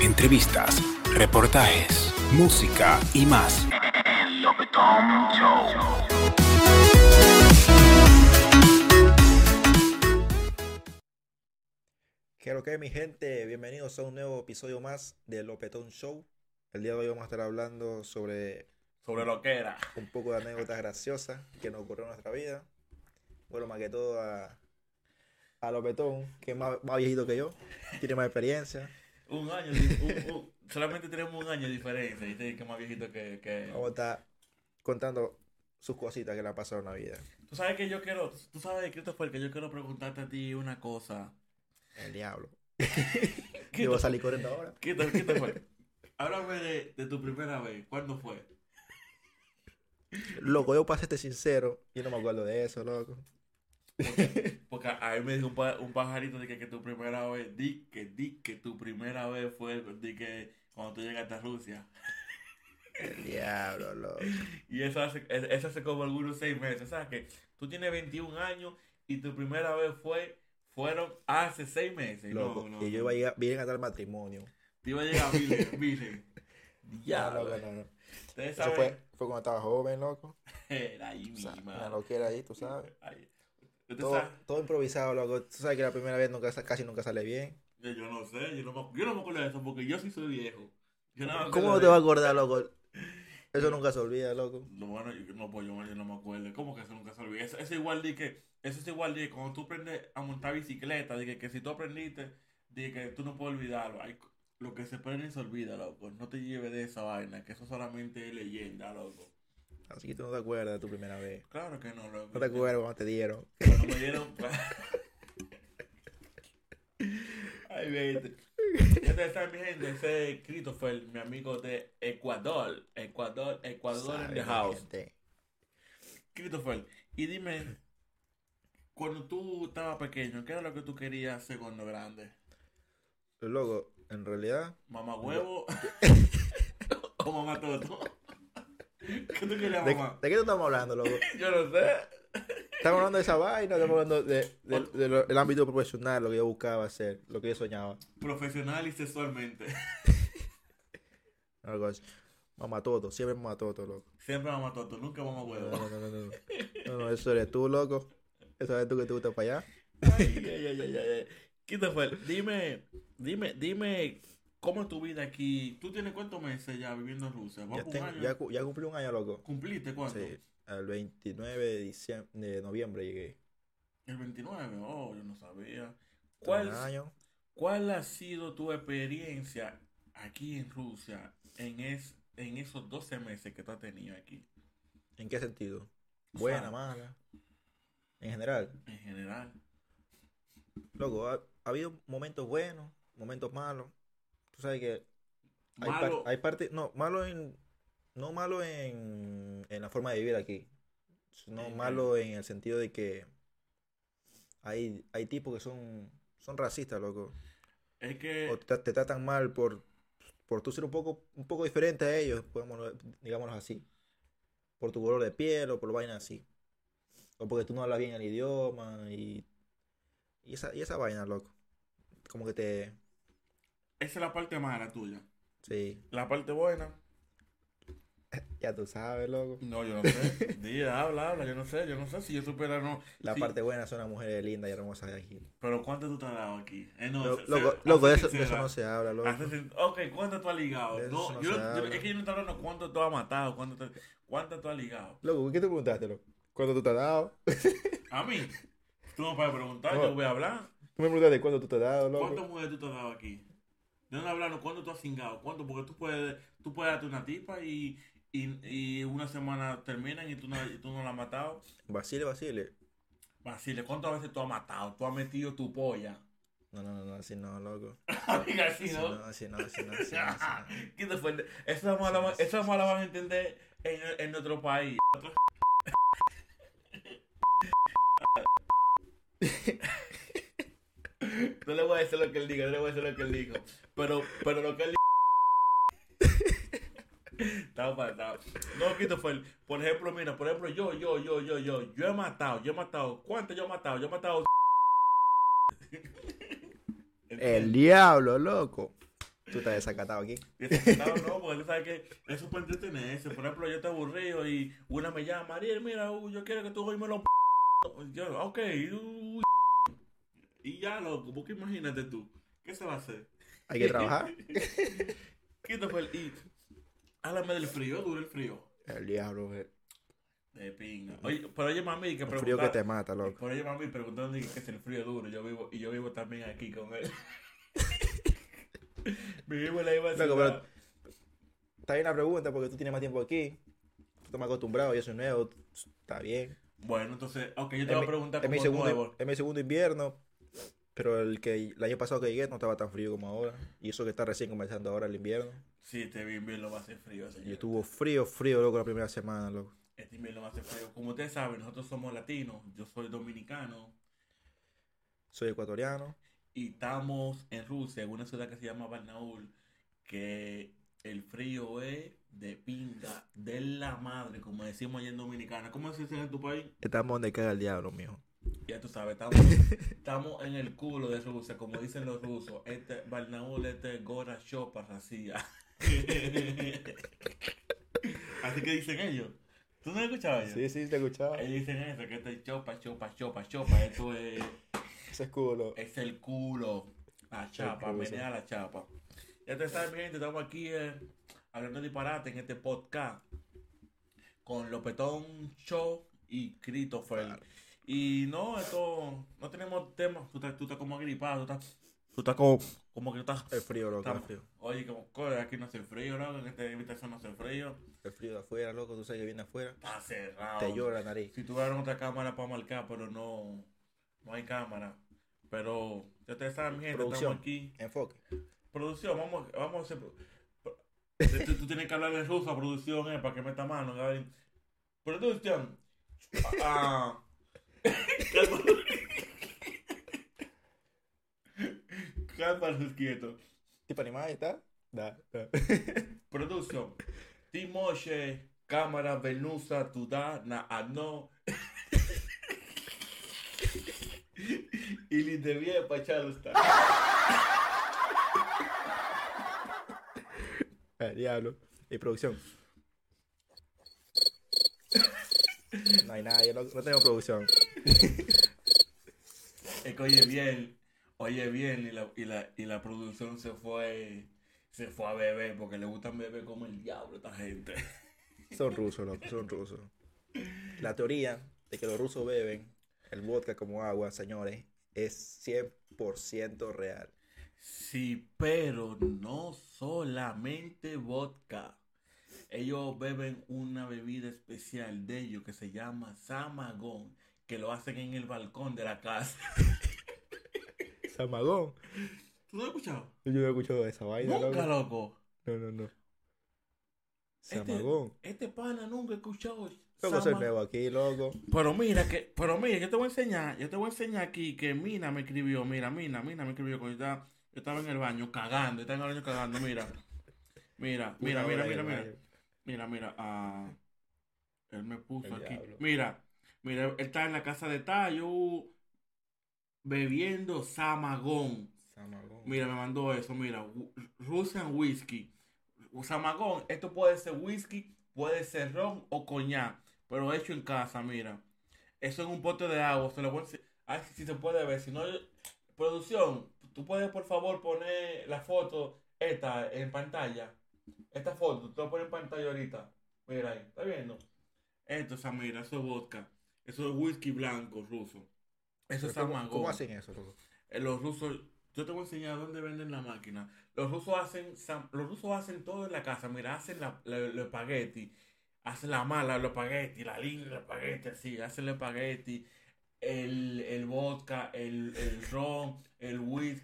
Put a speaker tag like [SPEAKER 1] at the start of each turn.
[SPEAKER 1] entrevistas, reportajes, música y más. El Lopetón Show.
[SPEAKER 2] ¿Qué lo que mi gente? Bienvenidos a un nuevo episodio más del Lopetón Show. El día de hoy vamos a estar hablando sobre
[SPEAKER 3] Sobre lo que era.
[SPEAKER 2] un poco de anécdotas graciosas que nos ocurrió en nuestra vida. Bueno, más que todo a, a Lopetón, que es más, más viejito que yo, tiene más experiencia.
[SPEAKER 3] Un año. di- un- un- solamente tenemos un año de diferencia. Y te que es más viejito que. que-
[SPEAKER 2] Vamos a estar contando sus cositas que le han pasado en la vida.
[SPEAKER 3] Tú sabes que yo quiero. Tú sabes, Christopher, que yo quiero preguntarte a ti una cosa.
[SPEAKER 2] El diablo. Yo voy a
[SPEAKER 3] Christopher,
[SPEAKER 2] salir corriendo ahora.
[SPEAKER 3] Christopher, Christopher, háblame de, de tu primera vez. ¿Cuándo fue?
[SPEAKER 2] Loco, yo pasé este sincero. Yo no me acuerdo de eso, loco.
[SPEAKER 3] Porque a mí me dijo un, pa- un pajarito de que, que tu primera vez. Di que, di que tu primera vez fue. Di que cuando tú llegaste a Rusia.
[SPEAKER 2] El diablo, loco.
[SPEAKER 3] Y eso hace, es- eso hace como algunos seis meses. O sea que tú tienes 21 años y tu primera vez fue, fueron hace seis meses. No,
[SPEAKER 2] Loco,
[SPEAKER 3] no,
[SPEAKER 2] y yo
[SPEAKER 3] no.
[SPEAKER 2] iba a llegar bien hasta el matrimonio.
[SPEAKER 3] Te iba a llegar virgen, virgen.
[SPEAKER 2] Ya,
[SPEAKER 3] Ya,
[SPEAKER 2] loco,
[SPEAKER 3] güey.
[SPEAKER 2] no, no.
[SPEAKER 3] eh. Ustedes
[SPEAKER 2] Eso
[SPEAKER 3] saben.
[SPEAKER 2] fue, fue cuando estaba joven, loco.
[SPEAKER 3] Era ahí
[SPEAKER 2] O sea,
[SPEAKER 3] misma.
[SPEAKER 2] una loquera ahí, tú sabes.
[SPEAKER 3] Ay, ¿usted
[SPEAKER 2] Todo,
[SPEAKER 3] sabe?
[SPEAKER 2] todo improvisado, loco. Tú sabes que la primera vez nunca, sa- casi nunca sale bien.
[SPEAKER 3] Yo, yo no sé, yo no, me, yo no me acuerdo de eso porque yo sí soy viejo. Yo no me
[SPEAKER 2] ¿Cómo no
[SPEAKER 3] acuerdo
[SPEAKER 2] te
[SPEAKER 3] de-
[SPEAKER 2] vas a acordar, loco? Eso nunca se olvida, loco.
[SPEAKER 3] No, bueno, yo, no, pues yo, yo no me acuerdo. ¿Cómo que eso nunca se olvida? Eso, eso igual de que, eso es igual de que cuando tú aprendes a montar bicicleta, de que, que si tú aprendiste, de que tú no puedes olvidarlo. Hay co- lo que se aprende se olvida, loco. No te lleves de esa vaina, que eso solamente es leyenda, loco.
[SPEAKER 2] Así que tú no te acuerdas de tu primera vez.
[SPEAKER 3] Claro que no, loco.
[SPEAKER 2] No te acuerdas cuando te dieron.
[SPEAKER 3] Cuando me dieron. Ay, vete. Ya ustedes saben, mi gente, ese es Christopher, mi amigo de Ecuador. Ecuador, Ecuador en
[SPEAKER 2] Sabe,
[SPEAKER 3] the house.
[SPEAKER 2] gente.
[SPEAKER 3] Christopher, y dime, cuando tú estabas pequeño, ¿qué era lo que tú querías hacer cuando grande?
[SPEAKER 2] Loco, en realidad,
[SPEAKER 3] ¿Mamá huevo? ¿O mamá toto? ¿Qué tú querías,
[SPEAKER 2] ¿de,
[SPEAKER 3] mamá?
[SPEAKER 2] de qué estamos hablando, loco?
[SPEAKER 3] Yo no sé.
[SPEAKER 2] Estamos hablando de esa vaina, estamos hablando de- de- de lo- del ámbito profesional, lo que yo buscaba hacer, lo que yo soñaba.
[SPEAKER 3] Profesional y sexualmente.
[SPEAKER 2] Algo así. Mamá Toto, siempre mamá Toto, loco.
[SPEAKER 3] Siempre mamá toto, nunca mamá
[SPEAKER 2] No,
[SPEAKER 3] huevo.
[SPEAKER 2] no, no, no, no. No, no, eso eres tú, loco. Eso eres tú que te gusta para allá.
[SPEAKER 3] Ay, ay, ay, ay, ay. Christopher, dime, dime, dime, ¿cómo es tu vida aquí? ¿Tú tienes cuántos meses ya viviendo en Rusia? ¿Vas
[SPEAKER 2] Ya,
[SPEAKER 3] por un
[SPEAKER 2] tengo-
[SPEAKER 3] año?
[SPEAKER 2] ya cu- ya cumplí un año, loco.
[SPEAKER 3] ¿Cumpliste cuánto?
[SPEAKER 2] Sí, el 29 de, diciembre, de noviembre llegué.
[SPEAKER 3] El 29, oh, yo no sabía.
[SPEAKER 2] Un
[SPEAKER 3] ¿Cuál,
[SPEAKER 2] año.
[SPEAKER 3] ¿Cuál ha sido tu experiencia aquí en Rusia en, es, en esos 12 meses que tú has tenido aquí?
[SPEAKER 2] ¿En qué sentido?
[SPEAKER 3] O
[SPEAKER 2] Buena,
[SPEAKER 3] sea,
[SPEAKER 2] mala. En general.
[SPEAKER 3] En general.
[SPEAKER 2] Loco, ha, ha habido momentos buenos, momentos malos. Tú sabes que hay, par-
[SPEAKER 3] Malo,
[SPEAKER 2] hay parte, no, malo en, no malo en, en la forma de vivir aquí, sino
[SPEAKER 3] Ok.
[SPEAKER 2] malo en el sentido de que hay, hay tipos que son, son racistas, loco.
[SPEAKER 3] es que
[SPEAKER 2] o te, te tratan mal por, por tú ser un poco, un poco diferente a ellos, podemos- digámoslo así. Por tu color de piel o por vaina así. O porque tú no hablas bien el idioma y, y, esa, y esa vaina, loco. Como que te...
[SPEAKER 3] esa es la parte mala tuya.
[SPEAKER 2] Sí,
[SPEAKER 3] La parte buena.
[SPEAKER 2] ya tú sabes, loco.
[SPEAKER 3] No, yo no sé. Día, habla, habla, yo no sé, yo no sé si yo supiera no.
[SPEAKER 2] La
[SPEAKER 3] sí,
[SPEAKER 2] parte buena son las mujeres lindas y hermosas de aquí.
[SPEAKER 3] Pero ¿cuánto tú te has dado aquí? Eh, no,
[SPEAKER 2] Lo-
[SPEAKER 3] se- se-
[SPEAKER 2] loco, loco, de
[SPEAKER 3] hazte
[SPEAKER 2] eso, de eso
[SPEAKER 3] sincera.
[SPEAKER 2] no se habla, loco.
[SPEAKER 3] Hazte sin- Ok, ¿cuánto tú has ligado?
[SPEAKER 2] De eso
[SPEAKER 3] No,
[SPEAKER 2] no
[SPEAKER 3] yo
[SPEAKER 2] se
[SPEAKER 3] no- yo-
[SPEAKER 2] habla.
[SPEAKER 3] es que yo no te hablando cuánto tú has matado, cuánto, te- cuánto tú has ligado.
[SPEAKER 2] Loco, ¿qué te preguntaste, loco? ¿Cuándo tú te has dado?
[SPEAKER 3] A mí, tú no puedes preguntar,
[SPEAKER 2] No.
[SPEAKER 3] yo voy a hablar.
[SPEAKER 2] Tú me preguntaste cuándo tú te has dado, loco.
[SPEAKER 3] ¿Cuántas mujeres tú te has dado aquí? Yo no hablando, ¿cuánto tú has cingado? ¿Cuánto? Porque tú puedes, tú puedes darte una tipa y, y, y una semana terminan y tú no, y tú no la has matado.
[SPEAKER 2] Basile, Basile.
[SPEAKER 3] Basile, ¿cuántas veces tú has matado? Tú has metido tu polla.
[SPEAKER 2] No, no, no, no, así no, loco.
[SPEAKER 3] Amiga, así,
[SPEAKER 2] Así
[SPEAKER 3] ¿no?
[SPEAKER 2] no, así no, así no, así no, así no.
[SPEAKER 3] ¿Qué te fue? Esa mala, va- esa mala van a entender en, en nuestro país. No le voy a decir lo que él diga, no le voy a decir lo que él dijo. Pero, pero lo que él dijo. Estaba faltado. No, Quito fue. Por ejemplo, mira, por ejemplo, yo, yo, yo, yo, yo, yo he matado, yo he matado. ¿Cuánto yo he matado? Yo he matado.
[SPEAKER 2] El diablo, loco. Tú estás desacatado aquí.
[SPEAKER 3] Y ese no, no, porque él sabe que eso puede entretenerse. Por ejemplo, yo te aburrido y una me llama, Ariel, mira, uh, yo quiero que tú hoy me lo p. Yo, ok, uh, y ya, loco, porque imagínate tú, ¿qué se va a hacer?
[SPEAKER 2] Hay que trabajar.
[SPEAKER 3] Quítame el y. Háblame del frío, duro el frío.
[SPEAKER 2] El diablo, el
[SPEAKER 3] De pinga. Oye, pero oye, mami, que
[SPEAKER 2] frío que
[SPEAKER 3] preguntar.
[SPEAKER 2] te mata, loco.
[SPEAKER 3] Por oye, mami, preguntando que es el frío duro. Yo vivo, y yo vivo también aquí con él. Vivimos en la misma
[SPEAKER 2] Loco,
[SPEAKER 3] ciudad.
[SPEAKER 2] Está bien la pregunta porque tú tienes más tiempo aquí. Tú estás más acostumbrado, yo soy nuevo. Está bien.
[SPEAKER 3] Bueno, entonces, ok, yo te
[SPEAKER 2] Es
[SPEAKER 3] voy
[SPEAKER 2] mi,
[SPEAKER 3] a preguntar
[SPEAKER 2] es mi
[SPEAKER 3] como nuevo.
[SPEAKER 2] segundo, es mi segundo invierno. Pero el que el año pasado que llegué no estaba tan frío como ahora. Y eso que está recién comenzando ahora el invierno.
[SPEAKER 3] Sí, este invierno va a ser frío, señor.
[SPEAKER 2] Y estuvo frío, frío, loco, la primera semana, loco.
[SPEAKER 3] Este invierno va a ser frío. Como ustedes saben, nosotros somos latinos, yo soy dominicano
[SPEAKER 2] Soy ecuatoriano.
[SPEAKER 3] y estamos en Rusia, en una ciudad que se llama Barnaul, que el frío es de pinga, de la madre, como decimos allá en Dominicana. ¿Cómo se dice en tu país?
[SPEAKER 2] Estamos donde caga el diablo, mijo.
[SPEAKER 3] Ya tú sabes, estamos, estamos en el culo de Rusia, como dicen los rusos. Este Barnaul, este Gora Shopa, Racia. Así que dicen ellos. ¿Tú no has escuchado ellos?
[SPEAKER 2] sí, te escuchaba.
[SPEAKER 3] Ellos dicen eso, que esto es chopa, chopa, chopa, chopa. Esto es,
[SPEAKER 2] Ese escudo, loco.
[SPEAKER 3] es el culo. La chapa,
[SPEAKER 2] culo, sí.
[SPEAKER 3] menea la chapa. Ya te saben, mi gente, estamos aquí eh, hablando de disparate en este podcast con Lopetón Show y Christopher. Y no, esto, no tenemos temas. Tú estás, tú estás como agripado, tú estás, tú estás como, eh, como que estás.
[SPEAKER 2] El frío, loco, el
[SPEAKER 3] estamos-
[SPEAKER 2] frío.
[SPEAKER 3] Oye, como, coño, aquí no hace frío, ¿no? En esta habitación no hace frío.
[SPEAKER 2] El frío de afuera, loco, tú sabes que viene afuera.
[SPEAKER 3] Está cerrado.
[SPEAKER 2] Te llora la nariz.
[SPEAKER 3] Si tuvieran otra cámara para marcar, pero no, no hay cámara. Pero ya ustedes saben, mi gente,
[SPEAKER 2] Producción.
[SPEAKER 3] estamos aquí.
[SPEAKER 2] Enfoque.
[SPEAKER 3] Producción, vamos, vamos a hacer. pro- Tú, tú tienes que hablar en ruso a producción, eh, para que meta mano, Gabriel. Producción. Ah. Calma. Calma, quieto.
[SPEAKER 2] Tipo animada, ¿está? Da, da.
[SPEAKER 3] Producción. Timoshe, cámara, Venusa, Tudá, Naano. Y Lindevie Pachalo está.
[SPEAKER 2] El diablo. Y producción. No hay nadie, loco. No tengo producción.
[SPEAKER 3] Es que oye bien, oye bien, y la, y la, y la producción se fue, se fue a beber, porque le gustan beber como el diablo a esta gente.
[SPEAKER 2] Son rusos, loco, son rusos. La teoría de que los rusos beben el vodka como agua, señores, es 100% real.
[SPEAKER 3] Sí, pero no solamente vodka. Ellos beben una bebida especial de ellos que se llama samagón, que lo hacen en el balcón de la casa.
[SPEAKER 2] Samagón.
[SPEAKER 3] ¿Tú no has escuchado?
[SPEAKER 2] Yo no he escuchado esa vaina,
[SPEAKER 3] Nunca, loco.
[SPEAKER 2] No, no, no.
[SPEAKER 3] Este-
[SPEAKER 2] Samagón.
[SPEAKER 3] Este pana nunca he escuchado
[SPEAKER 2] Loco, soy
[SPEAKER 3] sama-
[SPEAKER 2] nuevo aquí, loco.
[SPEAKER 3] Pero mira que, pero mira, yo te voy a enseñar, yo te voy a enseñar aquí que Mina me escribió, mira, Mina, Mina me escribió cuando yo estaba, yo estaba en el baño cagando, yo estaba en el baño cagando, mira. Mira, mira,
[SPEAKER 2] Una
[SPEAKER 3] mira,
[SPEAKER 2] hora
[SPEAKER 3] mira,
[SPEAKER 2] de
[SPEAKER 3] mira.
[SPEAKER 2] baile.
[SPEAKER 3] Mira, mira, ah, él me puso
[SPEAKER 2] El
[SPEAKER 3] aquí.
[SPEAKER 2] diablo.
[SPEAKER 3] Mira, mira, él está en la casa de Tayo bebiendo samagón.
[SPEAKER 2] Samagón.
[SPEAKER 3] Mira, me mandó eso, mira, Wu- Russian whiskey. Samagón, esto puede ser whisky, puede ser ron o coñac, pero hecho en casa, mira. Eso en un pote de agua, se lo voy a ense- Ah, si se puede ver, si no, producción, tú puedes por favor poner la foto esta en pantalla. Esta foto, tú la pones en pantalla ahorita. Mira ahí, ¿está viendo? Esto es mira, eso es vodka. Eso es whisky blanco ruso. Eso
[SPEAKER 2] Pero
[SPEAKER 3] es
[SPEAKER 2] ¿cómo-
[SPEAKER 3] samagón.
[SPEAKER 2] ¿Cómo hacen eso, loco?
[SPEAKER 3] Eh, Los rusos, yo te voy a enseñar dónde venden la máquina. Los rusos hacen, sam- los rusos hacen todo en la casa. Mira, hacen la, la- los espagueti, hacen la mala, los espagueti, la linda, los espagueti, así, hacen el espagueti, el, el vodka, el, el ron, el whisky,